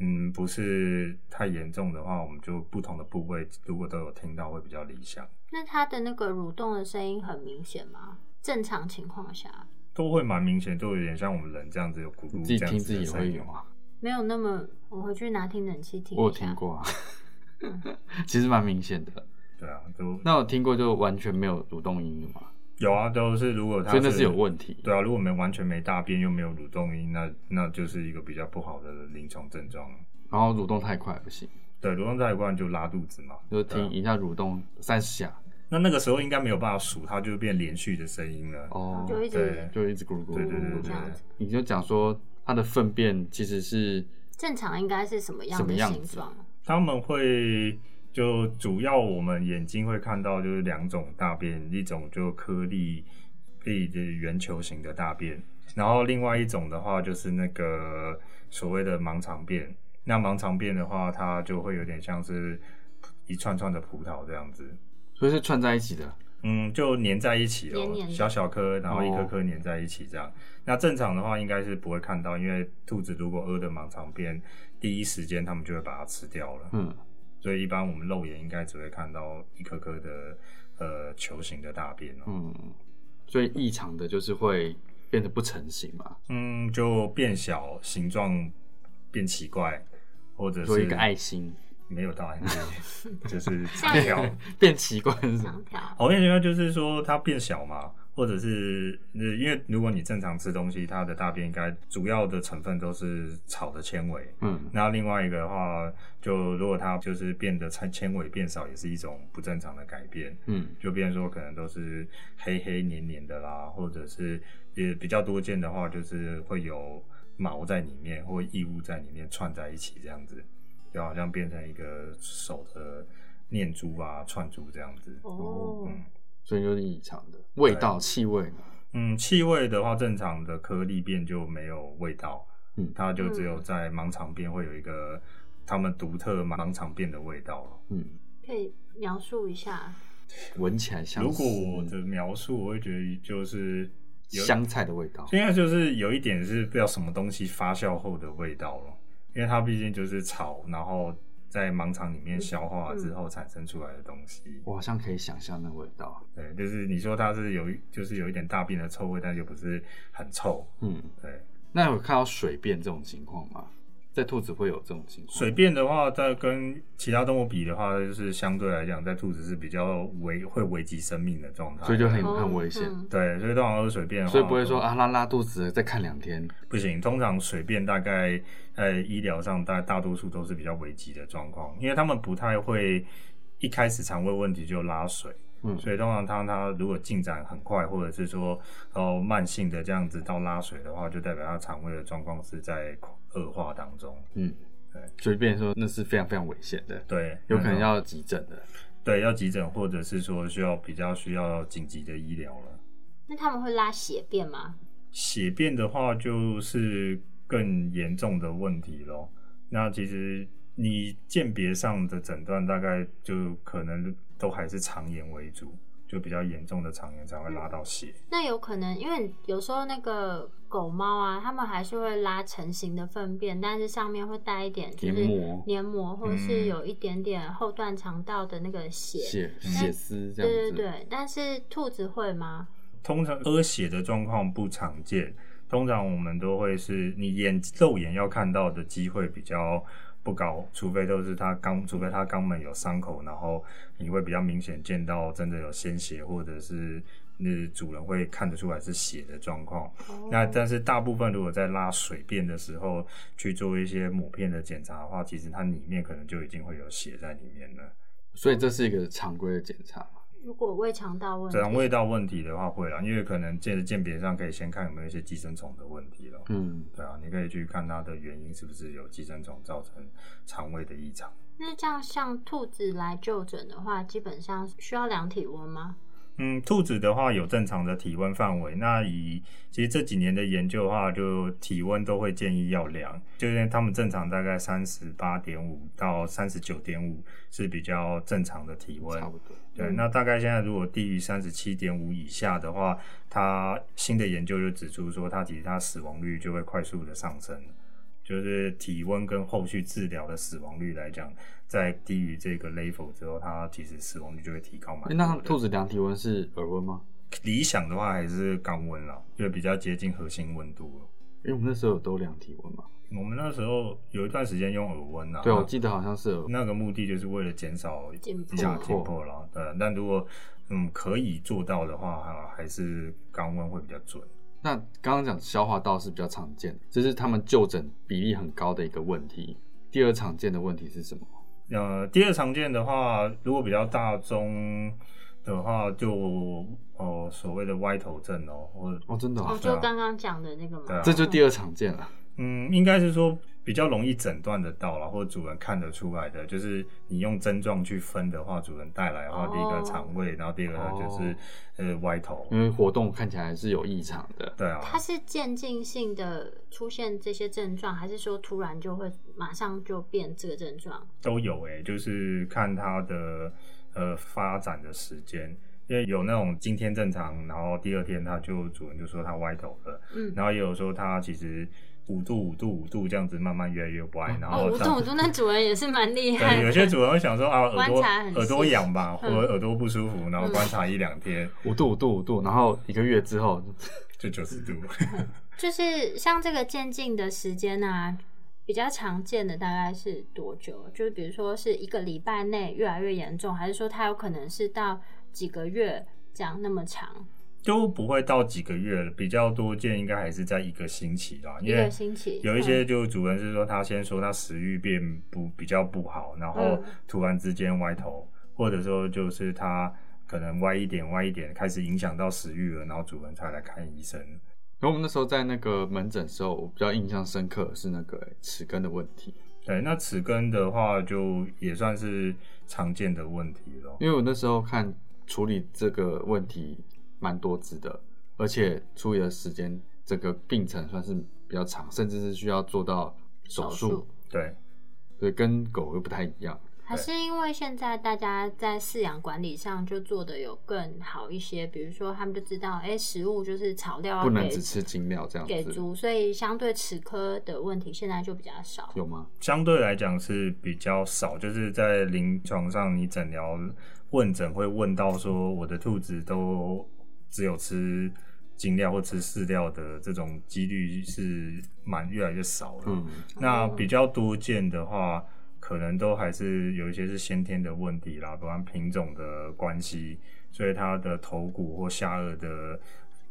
S3: 嗯不是太严重的话，我们就不同的部位如果都有听到会比较理想，
S1: 那它的那个蠕动的声音很明显吗？正常情况下
S3: 都会蛮明显，都有点像我们人这样子有
S2: 你
S3: 咕咕
S2: 自
S3: 嗯
S2: 己
S3: 这样
S2: 听
S3: 子
S2: 自己
S3: 的
S2: 也
S3: 声
S2: 会
S3: 音
S2: 有。啊，
S1: 没有那么，我回去拿听诊器听一下。
S2: 我有听过啊， 其实蛮明显的。
S3: 对啊，都
S2: 那我听过就完全没有蠕动音的嘛，
S3: 有啊，都是如果它
S2: 所以那是有问题。
S3: 对啊，如果没完全没大便又没有蠕动音，那那就是一个比较不好的临床症状。
S2: 然后蠕动太快不行，
S3: 对，蠕动太快就拉肚子嘛。
S2: 就
S3: 啊
S2: 听一下蠕动三十下
S3: 那那个时候应该没有办法数，它就变连续的声音了。
S2: 哦，
S1: 就一直
S3: 对
S2: 就一直咕噜咕噜。
S3: 对对对
S1: 这
S3: 对对
S1: 样子，
S2: 你就讲说它的粪便其实是
S1: 正常应该是什么样
S2: 什么
S1: 的
S2: 样
S1: 形
S2: 子
S1: 状？
S3: 他们会就主要我们眼睛会看到就是两种大便，一种就颗粒粒的圆球形的大便，然后另外一种的话就是那个所谓的盲肠便。那盲肠便的话，它就会有点像是一串串的葡萄这样子。
S2: 所以是串在一起的，
S3: 嗯，就粘在一起
S1: 黏
S3: 哦
S1: 黏，的
S3: 小小颗，然后一颗
S2: 哦
S3: 颗粘在一起这样。那正常的话应该是不会看到，因为兔子如果屙的盲肠便，第一时间它们就会把它吃掉了。
S2: 嗯，
S3: 所以一般我们肉眼应该只会看到一颗颗的呃球形的大便哦。
S2: 嗯，所以异常的就是会变得不成形嘛，
S3: 嗯，就变小，形状变奇怪，或者
S2: 做
S3: 是
S2: 一个爱心，
S3: 没有到爱 心，就是长
S1: 像
S3: 条。
S2: 变奇怪是什么？
S1: 长条。
S3: 好变形怪就是说它变小嘛，或者是呃因为如果你正常吃东西，它的大便应该主要的成分都是草的纤维。
S2: 嗯，
S3: 那另外一个的话，就如果它就是变得纤纤维变少，也是一种不正常的改变，
S2: 嗯，
S3: 就变成说可能都是黑黑黏黏的啦，或者是也比较多见的话，就是会有毛在里面或异物在里面串在一起这样子，就好像变成一个手的念珠啊、串珠这样子。
S1: 哦，
S3: 嗯
S2: 所以就是异常的味道、气味嘛，
S3: 嗯，气味的话，正常的颗粒便就没有味道，
S2: 嗯
S3: 它就只有在盲肠便会有一个他们独特盲肠便的味道了。
S2: 嗯，
S1: 可以描述一下。
S2: 闻起来像
S3: 如果我
S2: 是
S3: 的描述，我会觉得就是有，
S2: 香菜的味道，
S3: 现在就是有一点是不知道什么东西发酵后的味道了，因为它毕竟就是草，然后在盲肠里面消化之后产生出来的东西。
S2: 我好像可以想象那味道，
S3: 对，就是你说它是有一，就是有一点大便的臭味，但又不是很臭。
S2: 嗯，
S3: 对，
S2: 那有看到水便这种情况吗？在兔子会有这种情况。
S3: 水便的话，在跟其他动物比的话，就是相对来讲，在兔子是比较危会危及生命的状态，
S2: 所以就很
S1: 哦
S2: 很危险，
S1: 嗯
S3: 对，所以通常都是水便的话，
S2: 所以不会说啊拉拉肚子再看两天，
S3: 不行，通常随便大概呃医疗上大大多数都是比较危急的状况，因为他们不太会一开始肠胃问题就拉水，
S2: 嗯，
S3: 所以通常他他如果进展很快，或者是说哦慢性的这样子到拉水的话，就代表他肠胃的状况是在恶化当中。
S2: 嗯
S3: 对，
S2: 所以变成说那是非常非常危险的，
S3: 对，
S2: 有可能
S3: 那
S2: 要急诊的。
S3: 对要急诊，或者是说需要比较需要紧急的医疗了。
S1: 那他们会拉血便吗？
S3: 血便的话，就是更严重的问题咯。那其实你鉴别上的诊断，大概就可能都还是肠炎为主，就比较严重的肠炎才会拉到血。
S1: 那有可能，因为有时候那个狗猫啊，它们还是会拉成型的粪便，但是上面会带一点就是
S2: 黏膜
S1: 黏膜或者是
S3: 嗯
S1: 有一点点后段肠道的那个血。
S2: 血
S3: 嗯
S2: 血丝这
S1: 对对
S2: 样子，
S1: 对，但是兔子会吗？
S3: 通常喝血的状况不常见，通常我们都会是你眼肉眼要看到的机会比较不高，除非都是他肛，除非他肛门有伤口，然后你会比较明显见到真的有鲜血，或者是嗯主人会看得出来是血的状况。
S1: 哦
S3: 那但是大部分如果在拉水便的时候去做一些抹片的检查的话，其实它里面可能就已经会有血在里面了。
S2: 所以这是一个常规的检查嘛。
S1: 如果胃肠道问题，
S3: 肠味道问题的话会啦，因为可能鉴鉴别上可以先看有没有一些寄生虫的问题咯。
S2: 嗯，
S3: 对啊，你可以去看它的原因是不是有寄生虫造成肠胃的异常。
S1: 那这样像兔子来就诊的话，基本上需要量体温吗？
S3: 嗯，兔子的话有正常的体温范围，那以其实这几年的研究的话，就体温都会建议要量，就是他们正常大概三十八点五到三十九点五是比较正常的体温，
S2: 差不多。
S3: 对，
S1: 嗯
S3: 那大概现在如果低于三十七点五以下的话，它新的研究就指出说，它其实它死亡率就会快速的上升，就是体温跟后续治疗的死亡率来讲，在低于这个 level 之后，它其实死亡率就会提高蛮
S2: 诶
S3: 多的。
S2: 那兔子量体温是耳温吗？
S3: 理想的话还是高温了，就比较接近核心温度了。
S2: 因为我们那时候有都量体温嘛。
S3: 我们那时候有一段时间用耳温啊，
S2: 对，我记得好像是耳。
S3: 那个目的就是为了减少
S1: 紧迫
S3: 紧
S2: 紧
S3: 迫了。对，但如果嗯可以做到的话，啊还是肛温会比较准。
S2: 那刚刚讲消化道是比较常见的，这是他们就诊比例很高的一个问题。第二常见的问题是什么？
S3: 呃，第二常见的话，如果比较大宗的话，就哦、呃所谓的歪头症哦，或
S2: 哦，真的、
S1: 哦，
S2: 哦，
S3: 对啊
S1: 就刚刚讲的那个
S3: 对
S1: 嘛
S3: 啊，
S2: 这就第二常见了。
S3: 嗯，应该是说比较容易诊断得到啦，或者主人看得出来的，就是你用症状去分的话，主人带来的话，
S1: 哦
S3: 第一个肠胃，然后第二个就是、
S2: 哦
S3: 呃歪头，
S2: 因为活动看起来是有异常的。
S3: 对啊，
S1: 它是渐进性的出现这些症状，还是说突然就会马上就变这个症状？
S3: 都有诶、就是看它的呃发展的时间。因为有那种今天正常，然后第二天它就主人就说它歪头了，
S1: 嗯，
S3: 然后也有说它其实五度五度五度这样子慢慢越来越歪，然
S1: 哦，
S3: 后
S1: 我
S3: 到
S1: 懂我懂，那主人也是蛮厉害
S3: 对，
S1: 的。
S3: 有些主人会想说啊，耳朵
S1: 观察很细
S3: 耳朵痒吧，或
S1: 嗯
S3: 者耳朵不舒服，然后观察一两天
S2: 五度五度五度，然后一个月之后，
S3: 就九十度。
S1: 就是像这个渐进的时间啊，比较常见的大概是多久？就是比如说是一个礼拜内越来越严重，还是说它有可能是到几个月这样那么长，
S3: 都不会到几个月了，比较多见应该还是在一个星期啦，
S1: 一
S3: 因为
S1: 个星期？
S3: 有一些
S1: 嗯
S3: 就主人是说他先说他食欲变不比较不好，然后
S1: 嗯
S3: 突然之间歪头，或者说就是他可能歪一点歪一点，开始影响到食欲了，然后主人才来看医生。
S2: 然后我们那时候在那个门诊的时候，我比较印象深刻的是那个欸齿根的问题，
S3: 对，那齿根的话就也算是常见的问题了。
S2: 因为我那时候看处理这个问题蛮多次的，而且处理的时间这个病程算是比较长，甚至是需要做到手
S1: 手术
S2: 术，
S3: 对，
S2: 对，跟狗又不太一样。
S1: 还是因为现在大家在饲养管理上就做的有更好一些，比如说他们就知道，哎、食物就是草料要
S2: 不能
S1: 给
S2: 只吃精料这样
S1: 啊给
S2: 子，
S1: 猪，所以相对齿科的问题现在就比较少。
S2: 有吗？
S3: 相对来讲是比较少，就是在临床上你诊疗问诊会问到说我的兔子都只有吃精料或吃饲料的这种几率是蛮越来越少了。
S2: 嗯，
S3: 那比较多见的话，可能都还是有一些是先天的问题啦，不然品种的关系，所以它的头骨或下颚的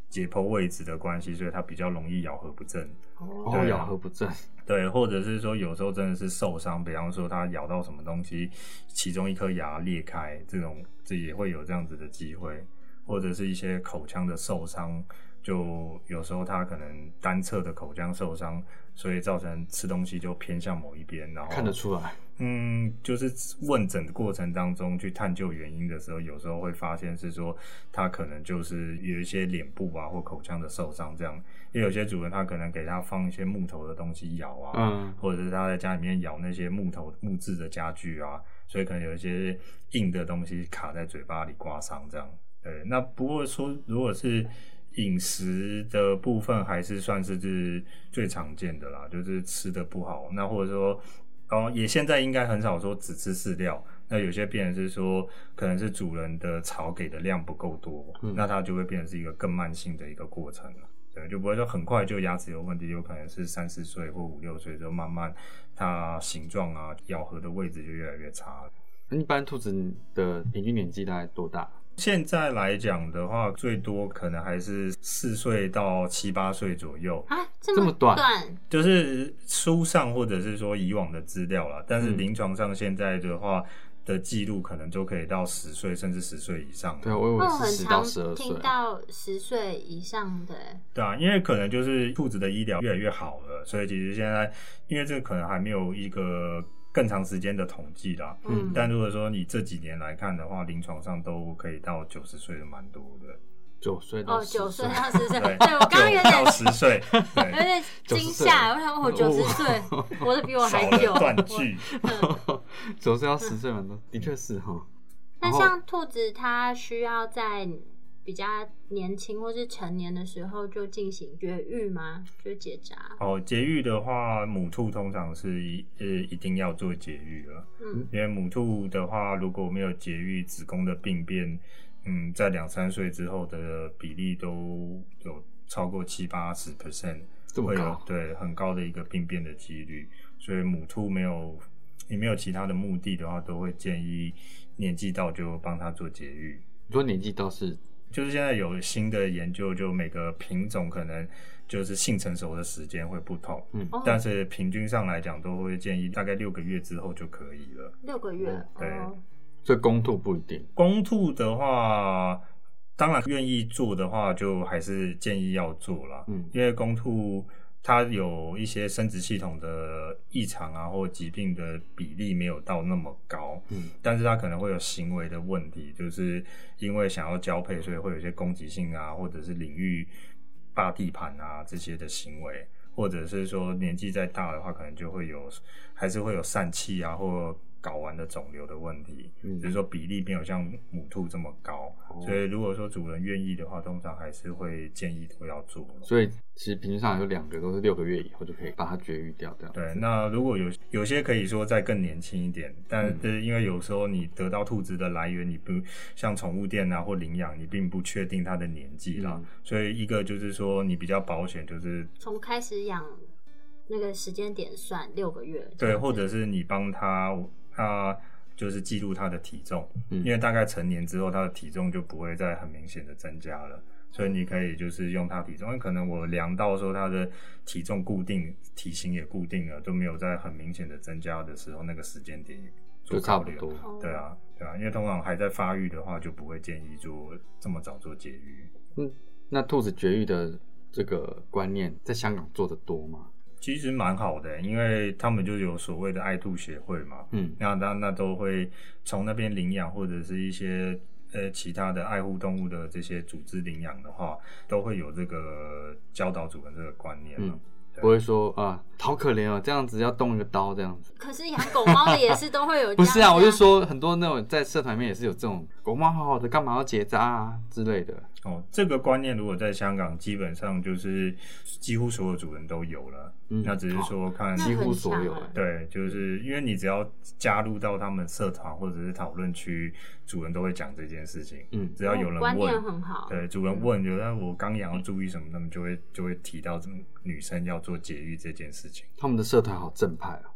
S3: 解剖位置的关系，所以它比较容易咬合不正。
S1: 哦
S2: 哦，
S3: 对啊
S2: 咬合不正，
S3: 对，或者是说有时候真的是受伤，比方说它咬到什么东西，其中一颗牙裂开，这种这也会有这样子的机会，或者是一些口腔的受伤，就有时候它可能单侧的口腔受伤，所以造成吃东西就偏向某一边，然后
S2: 看得出来。
S3: 嗯，就是问诊的过程当中去探究原因的时候，有时候会发现是说他可能就是有一些脸部啊或口腔的受伤这样，因为有些主人他可能给他放一些木头的东西咬啊，
S2: 嗯，
S3: 或者是他在家里面咬那些木头木质的家具啊，所以可能有一些硬的东西卡在嘴巴里刮伤这样。对，那不过说如果是饮食的部分，还是算是是最常见的啦，就是吃的不好，那或者说。哦，也现在应该很少说只吃饲料，那有些病人是说，可能是主人的草给的量不够多，
S2: 嗯
S3: 那它就会变成是一个更慢性的一个过程了。对，就不会说很快就牙齿有问题，有可能是三四岁或五六岁就慢慢它形状啊、咬合的位置就越来越差了。
S2: 嗯一般兔子的平均年纪大概多大？
S3: 现在来讲的话，最多可能还是四岁到七八岁左右，
S1: 啊，这
S2: 这
S1: 么
S2: 么短
S1: 短
S3: 就是书上或者是说以往的资料啦，但是
S2: 嗯
S3: 临床上现在的话的记录可能就可以到十岁甚至十岁以上。
S2: 对，啊我以
S1: 我
S2: 为
S1: 哦很
S2: 是十到十
S1: 常
S2: 二岁
S1: 听。到十岁以上的欸，
S3: 对啊，因为可能就是兔子的医疗越来越好了，所以其实现在因为这个可能还没有一个更长时间的统计啦。
S1: 嗯
S2: 嗯，
S3: 但如果说你这几年来看的话，临床上都可以到九十岁的蛮多的，
S2: 九岁到
S1: 哦，
S2: 十
S1: 九岁
S2: 岁，
S1: 到十岁，
S3: 对，
S1: 对我刚刚有点
S3: 九到十岁，
S1: 有，
S3: 对
S1: 点惊吓，我想我哦九十岁，活的比我哦还
S3: 少
S1: 久
S3: 了。断句，
S2: 九岁到十岁蛮
S1: 嗯
S2: 多，的确是哈。
S1: 那像兔子，它需要在比较年轻或是成年的时候就进行绝育吗？就结扎？嗯
S3: 哦，节育的话，母兔通常是一呃一定要做节育了，
S1: 嗯，
S3: 因为母兔的话，如果没有节育，子宫的病变，嗯，在两三岁之后的比例都有超过七八十 percent，
S2: 这么
S3: 会啊有
S2: 高
S3: 对很高的一个病变的几率，所以母兔没有你没有其他的目的的话，都会建议年纪到就帮它做节育。
S2: 你说年纪倒是
S3: 就是现在有新的研究，就每个品种可能就是性成熟的时间会不同，
S2: 嗯
S1: 哦
S3: 但是平均上来讲，都会建议大概六个月之后就可以了。
S1: 六个月。
S3: 嗯对
S1: 哦
S2: 所以公兔不一定。
S3: 公兔的话，当然愿意做的话，就还是建议要做啦，
S2: 嗯
S3: 因为公兔它有一些生殖系统的异常啊，或疾病的比例没有到那么高，
S2: 嗯，
S3: 但是它可能会有行为的问题，就是因为想要交配，所以会有一些攻击性啊，或者是领域霸地盘啊这些的行为，或者是说年纪再大的话，可能就会有还是会有疝气啊或睾丸的肿瘤的问题，
S2: 嗯
S3: 只是说比例没有像母兔这么高，
S2: 哦
S3: 所以如果说主人愿意的话，通常还是会建议都要做。
S2: 所以其实平均上来说，两个都是六个月以后就可以把它绝育掉，这样。嗯
S3: 对，那如果有有些可以说再更年轻一点，但
S2: 嗯
S3: 是因为有时候你得到兔子的来源，你不像宠物店啊或领养，你并不确定它的年纪啦，
S2: 嗯
S3: 所以一个就是说你比较保险，就是
S1: 从开始养那个时间点算六个月。这
S3: 对，
S1: 样子
S3: 或者是你帮它它就是记录它的体重，
S2: 嗯
S3: 因为大概成年之后，它的体重就不会再很明显的增加了。所以你可以就是用它体重，因为可能我量到说它的体重固定，体型也固定了，都没有在很明显的增加的时候，那个时间点做
S2: 就差不
S3: 考虑
S2: 多。。
S1: 哦
S3: 对啊，对啊，因为通常还在发育的话，就不会建议做这么早做节育。
S2: 那兔子绝育的这个观念在香港做的多吗？
S3: 其实蛮好的、欸因为他们就有所谓的爱兔协会嘛，
S2: 嗯，
S3: 那那那都会从那边领养，或者是一些呃其他的爱护动物的这些组织领养的话，都会有这个教导主人这个观念了。
S2: 嗯不会说啊，好可怜哦，这样子要动一个刀这样子。
S1: 可是养狗猫的也是都会有。
S2: 不是啊，我就，说很多那种在社团里面也是有这种狗猫好好的，干嘛要结扎啊之类的。
S3: 哦，这个观念如果在香港，基本上就是几乎所有主人都有了，
S2: 嗯
S3: 那只是说看
S1: 那
S2: 几乎
S1: 很
S2: 所
S1: 强
S2: 有
S1: 欸
S2: 欸
S3: 对，就是因为你只要加入到他们社团或者是讨论区，主人都会讲这件事情。
S2: 嗯
S3: 只要有人
S1: 哦观念
S3: 问，
S1: 很好，
S3: 对，主人问，有人我刚养要注意什么，他们就会就会提到这么女生要做节育这件事情。
S2: 他们的社团好正派哦。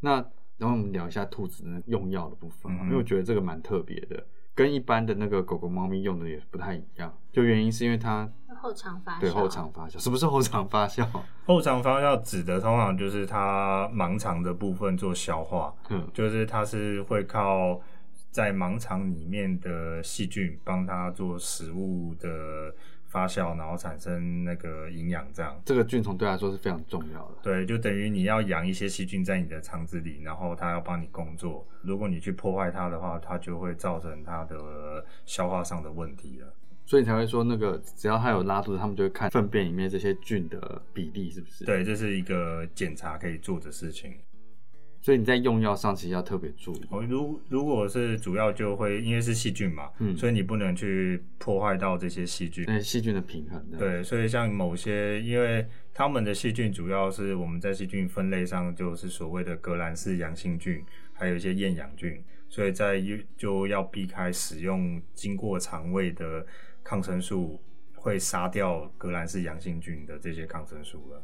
S2: 那然后我们聊一下兔子那用药的部分啊，
S3: 嗯
S2: 因为我觉得这个蛮特别的，跟一般的那个狗狗、猫咪用的也不太一样。就原因是因为它
S1: 后肠发
S2: 对
S1: 酵
S2: 后肠发酵，什么是后肠发酵？
S3: 后肠发酵指的通常就是它盲肠的部分做消化，
S2: 嗯
S3: 就是它是会靠在盲肠里面的细菌帮它做食物的发酵，然后产生那个营养这样。
S2: 这个菌虫对来说是非常重要的。
S3: 对，就等于你要养一些细菌在你的肠子里，然后它要帮你工作。如果你去破坏它的话，它就会造成它的消化上的问题了。
S2: 所以才会说那个只要它有拉肚子，他们就会看粪便里面这些菌的比例是不是？，
S3: 对，这是一个检查可以做的事情。
S2: 所以你在用药上其实要特别注意。
S3: 哦，如如果是主要就会因为是细菌嘛，
S2: 嗯
S3: 所以你不能去破坏到这些细菌。
S2: 那细菌的平衡的，，
S3: 对，所以像某些，因为他们的细菌主要是我们在细菌分类上就是所谓的革兰氏阳性菌，还有一些厌氧菌，所以在就要避开使用经过肠胃的抗生素会杀掉革兰氏阳性菌的这些抗生素了。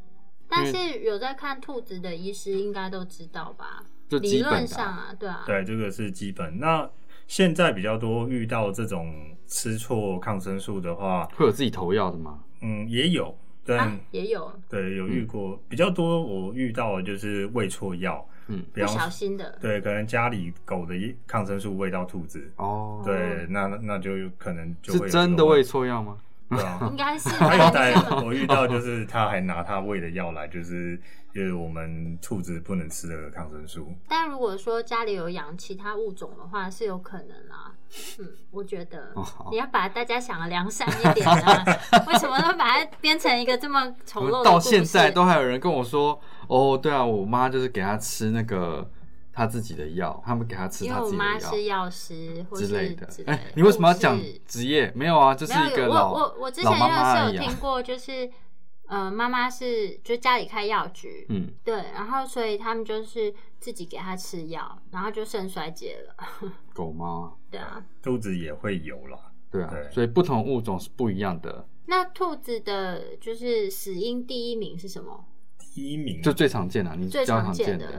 S1: 但是有在看兔子的医师应该都知道吧？
S2: 就
S1: 理
S2: 基
S1: 论
S2: 本的
S1: 上
S2: 啊、
S1: 啊，对啊，
S3: 对，这个是基本。那现在比较多遇到这种吃错抗生素的话，
S2: 会有自己投药的吗？
S3: 嗯，也有，但、
S1: 啊嗯也有
S3: 对有遇过、比较多，我遇到的就是喂错药。
S2: 嗯，
S3: 比
S1: 不
S3: 方
S1: 小心的，
S3: 对，可能家里狗的一抗生素喂到兔子，
S2: 哦，
S3: 对，那那就有可能就会有
S2: 是真的喂
S3: 这
S2: 错药吗？
S3: 种问题，对啊
S1: 应。该是
S3: 还有 在
S1: 吧
S3: 我遇到就是他还拿他喂的药来，就是就是我们兔子不能吃的抗生素。
S1: 但如果说家里有养其他物种的话，是有可能啊。嗯，我觉得
S2: 哦好
S1: 你要把大家想的良善一点 啊。为什么都把它编成一个这么丑陋的
S2: 到
S1: 故
S2: 现在
S1: 事
S2: 都还有人跟我说，哦，对啊，我妈就是给她吃那个她自己的药，他们给她吃
S1: 因为
S2: 她
S1: 我
S2: 自己
S1: 妈是
S2: 的药
S1: 药师或
S2: 之
S1: 是
S2: 类的
S1: 之。类
S2: 哎、你为什么要讲
S1: 护士
S2: 职业？没有啊，就是
S1: 没有，
S2: 一个
S1: 我
S2: 老
S1: 我我之前
S2: 老妈妈
S1: 认
S2: 而
S1: 识
S2: 已
S1: 有
S2: 啊
S1: 听过，就是呃，妈妈是就家里开药局，
S2: 嗯，
S1: 对，然后所以他们就是自己给他吃药，然后就肾衰竭了。
S2: 狗猫啊，
S1: 对啊，
S3: 兔子也会有啦，
S2: 对啊，
S3: 对
S2: 所以不同物种是不一样的，
S1: 那兔子的就是死因第一名是什么？
S3: 第一名
S2: 就最常见啊，你比
S1: 最
S2: 较
S1: 常
S2: 常
S1: 见
S2: 见
S1: 的
S2: 的，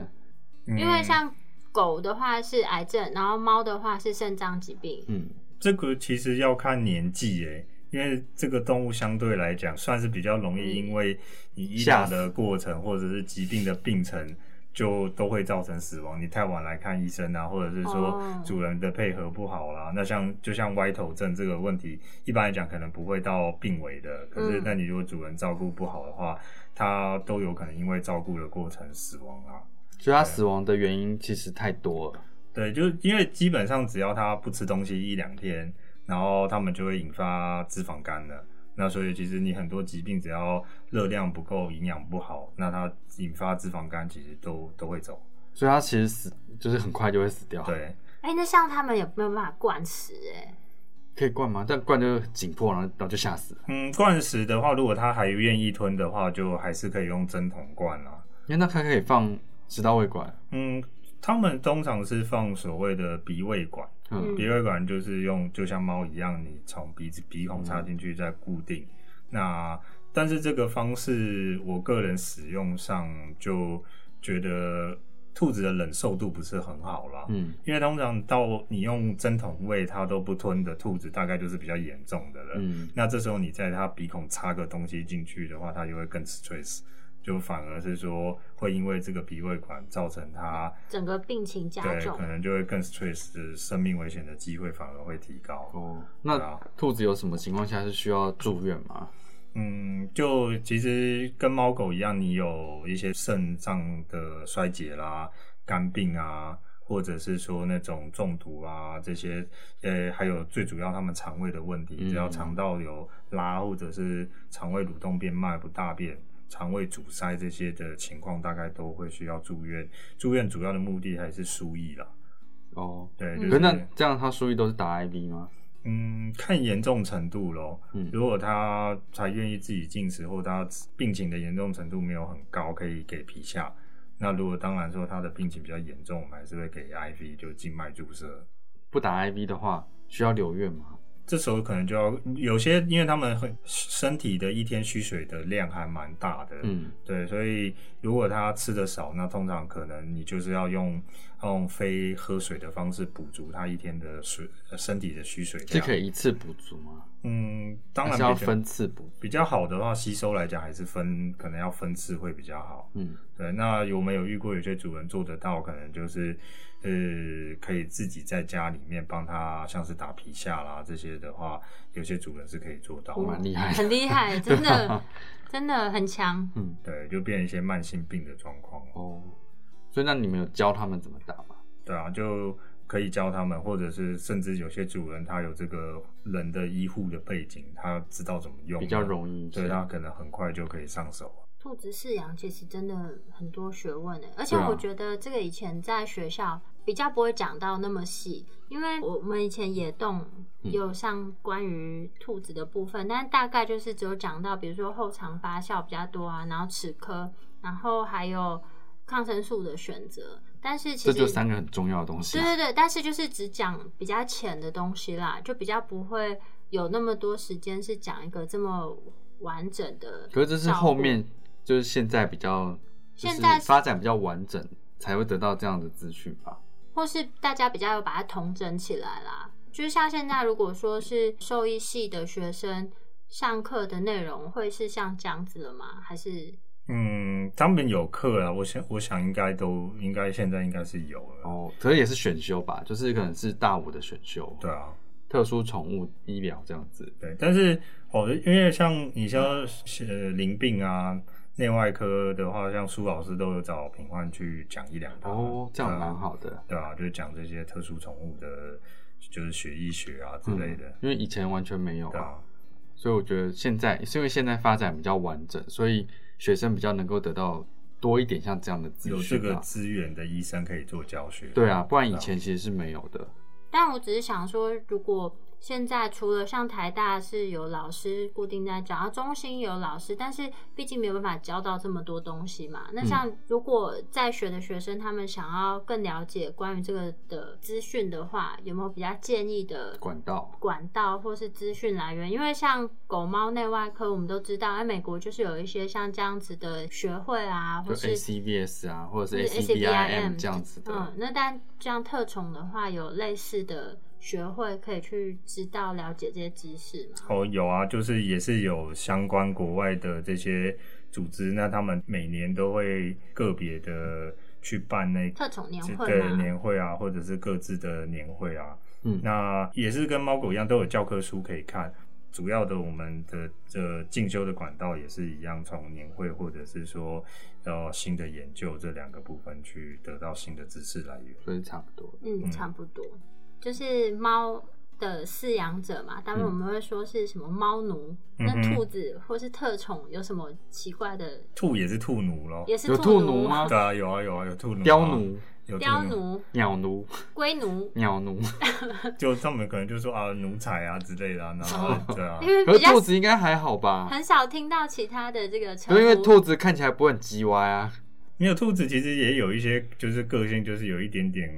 S3: 嗯
S1: 因为像狗的话是癌症，然后猫的话是肾脏疾病。
S2: 嗯，
S3: 这个其实要看年纪诶，因为这个动物相对来讲算是比较容易，因为你医疗的过程或者是疾病的病程，就都会造成死亡。你太晚来看医生啊，或者是
S1: 哦
S3: 说主人的配合不好啦、那像就像歪头症这个问题，一般来讲可能不会到病危的，可是
S1: 嗯
S3: 那你如果主人照顾不好的话，它都有可能因为照顾的过程死亡啊。
S2: 所以它死亡的原因其实太多了，
S3: 对，就是因为基本上只要它不吃东西一两天，然后它们就会引发脂肪肝了。那所以其实你很多疾病只要热量不够、营养不好，那它引发脂肪肝其实都都会走。
S2: 所以它其实死就是很快就会死掉，，
S3: 对，
S1: 哎、那像他们有没有办法灌食、哎，
S2: 可以灌吗？但灌就紧迫，然后然后就吓死了，
S3: 嗯，灌食的话，如果它还愿意吞的话，就还是可以用针筒灌啦、
S2: 因为那它可以放食道胃管，
S3: 嗯，他们通常是放所谓的鼻胃管，
S2: 嗯
S1: 嗯
S3: 鼻胃管就是用就像猫一样，你从鼻子鼻孔插进去再固定。那但是这个方式，我个人使用上就觉得兔子的忍受度不是很好啦。
S2: 嗯
S3: 因为通常到你用针筒喂它都不吞的兔子，大概就是比较严重的了。
S2: 嗯，
S3: 那这时候你在它鼻孔插个东西进去的话，它就会更 stress，就反而是说会因为这个鼻胃管造成它
S1: 整个病情加
S3: 对
S1: 重
S3: 可。能就会更 stress，的生命危险的机会反而会提高。
S2: 哦，
S3: 啊
S2: 那兔子有什么情况下是需要住院吗？
S3: 嗯，就其实跟猫狗一样，你有一些肾脏的衰竭啦、肝病啊，或者是说那种中毒啊这些，呃，还有最主要他们肠胃的问题，
S2: 嗯
S3: 只要肠道有拉或者是肠胃蠕动变慢不大便。肠胃阻塞这些的情况，大概都会需要住院。住院主要的目的还是输液啦，
S2: 哦，
S3: 对，
S1: 嗯
S3: 就
S2: 可
S3: 是
S2: 是那这样他输液都是打 IV 吗？
S3: 嗯，看严重程度咯。
S2: 嗯
S3: 如果他才愿意自己进食，或他病情的严重程度没有很高，可以给皮下。那如果当然说他的病情比较严重，我们还是会给 IV，就静脉注射。
S2: 不打 IV 的话，需要留院吗？
S3: 这时候可能就要有些，因为他们很身体的一天需水的量还蛮大的，
S2: 嗯，
S3: 对，啊所以如果他吃的少，那通常可能你就是要用用非喝水的方式补足他一天的水呃身体的需水量。
S2: 是可以一次补足吗？
S3: 嗯，当
S2: 还
S3: 然
S2: 是要
S3: 比较
S2: 分次补。
S3: 比较好的话，吸收来讲还是分，可能要分次会比较好。
S2: 嗯，
S3: 对，那有没有遇过有些主人做得到，可能就是呃，可以自己在家里面帮他，像是打皮下啦这些的话，有些主人是可以做到
S2: 蛮
S3: 的。
S2: 厉害
S1: 很
S2: 的。
S1: 厉害，真
S2: 对
S1: 的
S2: 啊，
S1: 真的很强。
S2: 嗯，
S3: 对，就变一些慢性病的状况。
S2: 哦，所以那你们有教他们怎么打吗？
S3: 对啊，就可以教他们，或者是甚至有些主人他有这个人的医护的背景，他知道怎么用，
S2: 比较容易一些。
S3: 啊对他可能很快就可以上手。
S1: 兔子饲养其实真的很多学问的，而且
S2: 对啊
S1: 我觉得这个以前在学校比较不会讲到那么细，因为我们以前野动
S2: 嗯
S1: 有上关于兔子的部分，但大概就是只有讲到，比如说后肠发酵比较多啊，然后齿科，然后还有抗生素的选择，但是其
S2: 这
S1: 实
S2: 就三个很重要的东西、
S1: 对
S2: 啊。
S1: 对对，但是就是只讲比较浅的东西啦，就比较不会有那么多时间是讲一个这么完整的。
S2: 可是这是后面，就是现在比较，就是
S1: 现在是
S2: 发展比较完整，才会得到这样的资讯吧。
S1: 或是大家比较有把它统整起来啦。就是像现在，如果说是兽医系的学生上课的内容，会是像这样子的吗？还是
S3: 嗯，他们有课啊，我想我想应该都应该现在应该是有了。
S2: 哦，可是也是选修吧，就是可能是大五的选修，
S3: 对，啊，
S2: 特殊宠物医疗这样子。
S3: 对，但是哦，因为像你像呃淋病啊。内外科的话，像苏老师都有找品焕去讲一两堂
S2: 哦，这样
S3: 对啊
S2: 蛮好的。
S3: 对啊，就是讲这些特殊宠物的，就是血液学啊之类的。
S2: 嗯因为以前完全没有
S3: 对啊
S2: 啊，，所以我觉得现在是因为现在发展比较完整，所以学生比较能够得到多一点像这样的资
S3: 有这
S2: 讯
S3: 个
S2: 啊。
S3: 资源的医生可以做教学。
S2: 对啊，不然以前其实是没有的。
S1: 但我只是想说，如果现在除了像台大是有老师固定在教，然后中心也有老师，但是毕竟没有办法教到这么多东西嘛。那像如果在学的学生，他们想要更了解关于这个的资讯的话，有没有比较建议的
S2: 管道
S1: 管道或是资讯来源？因为像狗猫内外科，我们都知道，哎，美国就是有一些像这样子的学会啊，
S2: 就
S1: 或是
S2: ACVS 啊，或者
S1: 就是是 ACVIM
S2: ACVIM 这样子
S1: 嗯
S2: 的，，
S1: 那但这样特宠的话，有类似的学会可以去知道了解这些知识吗？
S3: 哦，有啊，就是也是有相关国外的这些组织，那他们每年都会个别的去办那
S1: 特宠年会
S3: 对
S1: 吗？
S3: 年会啊，或者是各自的年会啊。
S2: 嗯
S3: 那也是跟猫狗一样，都有教科书可以看。主要的我们的呃进修的管道也是一样，从年会或者是说呃新的研究这两个部分去得到新的知识来源。
S2: 所以差不多。
S1: 嗯，
S3: 嗯
S1: 差不多，就是猫的饲养者嘛，
S2: 嗯
S1: 当然我们会说是什么猫奴。
S3: 嗯哼
S1: 那兔子或是特宠有什么奇怪的？
S3: 兔也是兔奴咯，
S1: 也是
S2: 有
S1: 兔
S2: 兔奴吗
S3: 对啊，有啊有啊，有兔奴、啊、
S2: 雕奴、嗯
S3: 有兔
S1: 匈
S3: 奴，
S1: 奴、
S2: 鸟奴、
S1: 龟奴，
S2: 鸟奴，
S1: 嗯
S3: 就他们可能就说啊奴才啊之类的、啊，然后对啊
S1: 因，为
S2: 可
S1: 比
S2: 是
S1: 较
S2: 兔子应该还好吧？
S1: 很少听到其他的这个称
S2: 因
S1: 呼。
S2: 为兔子看起来不会很叽歪啊。
S3: 没有兔子其实也有一些就是个性，就是有一点点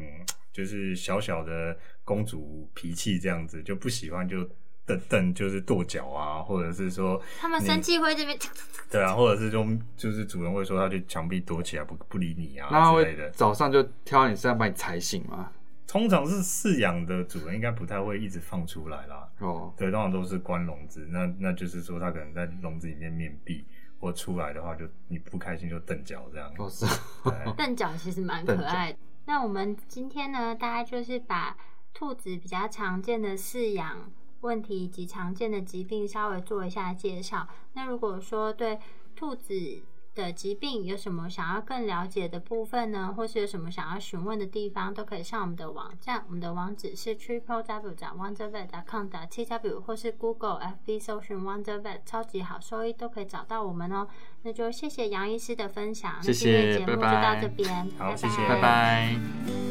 S3: 就是小小的公主脾气这样子，就不喜欢就。瞪瞪就是跺脚啊，或者是说，
S1: 他们生气会这边，
S3: 对啊，或者是就就是主人会说他去墙壁躲起来不不理你
S2: 那它
S3: 啊之类
S2: 会
S3: 的。
S2: 早上就挑到你身上把你踩醒嘛？
S3: 通常是饲养的主人应该不太会一直放出来啦，
S2: 哦，
S3: 对，通常都是关笼子，那那就是说它可能在笼子里面面壁，或出来的话就你不开心就蹬脚这样。
S2: 哦 是，
S3: 对
S1: 瞪脚其实蛮可爱的。那我们今天呢，大概就是把兔子比较常见的饲养问题以及常见的疾病稍微做一下介绍。那如果说对兔子的疾病有什么想要更了解的部分呢，或是有什么想要询问的地方，都可以上我们的网站，我们的网址是 triple w 展 wondervet.com t w 或是 Google FB 搜寻 wondervet 超级好收益都可以找到我们哦。那就谢谢杨医师的分享，那今天的
S2: 谢谢
S1: 节目就
S2: 拜
S1: 到
S2: 拜
S1: 这边，
S3: 好谢谢
S2: 拜拜。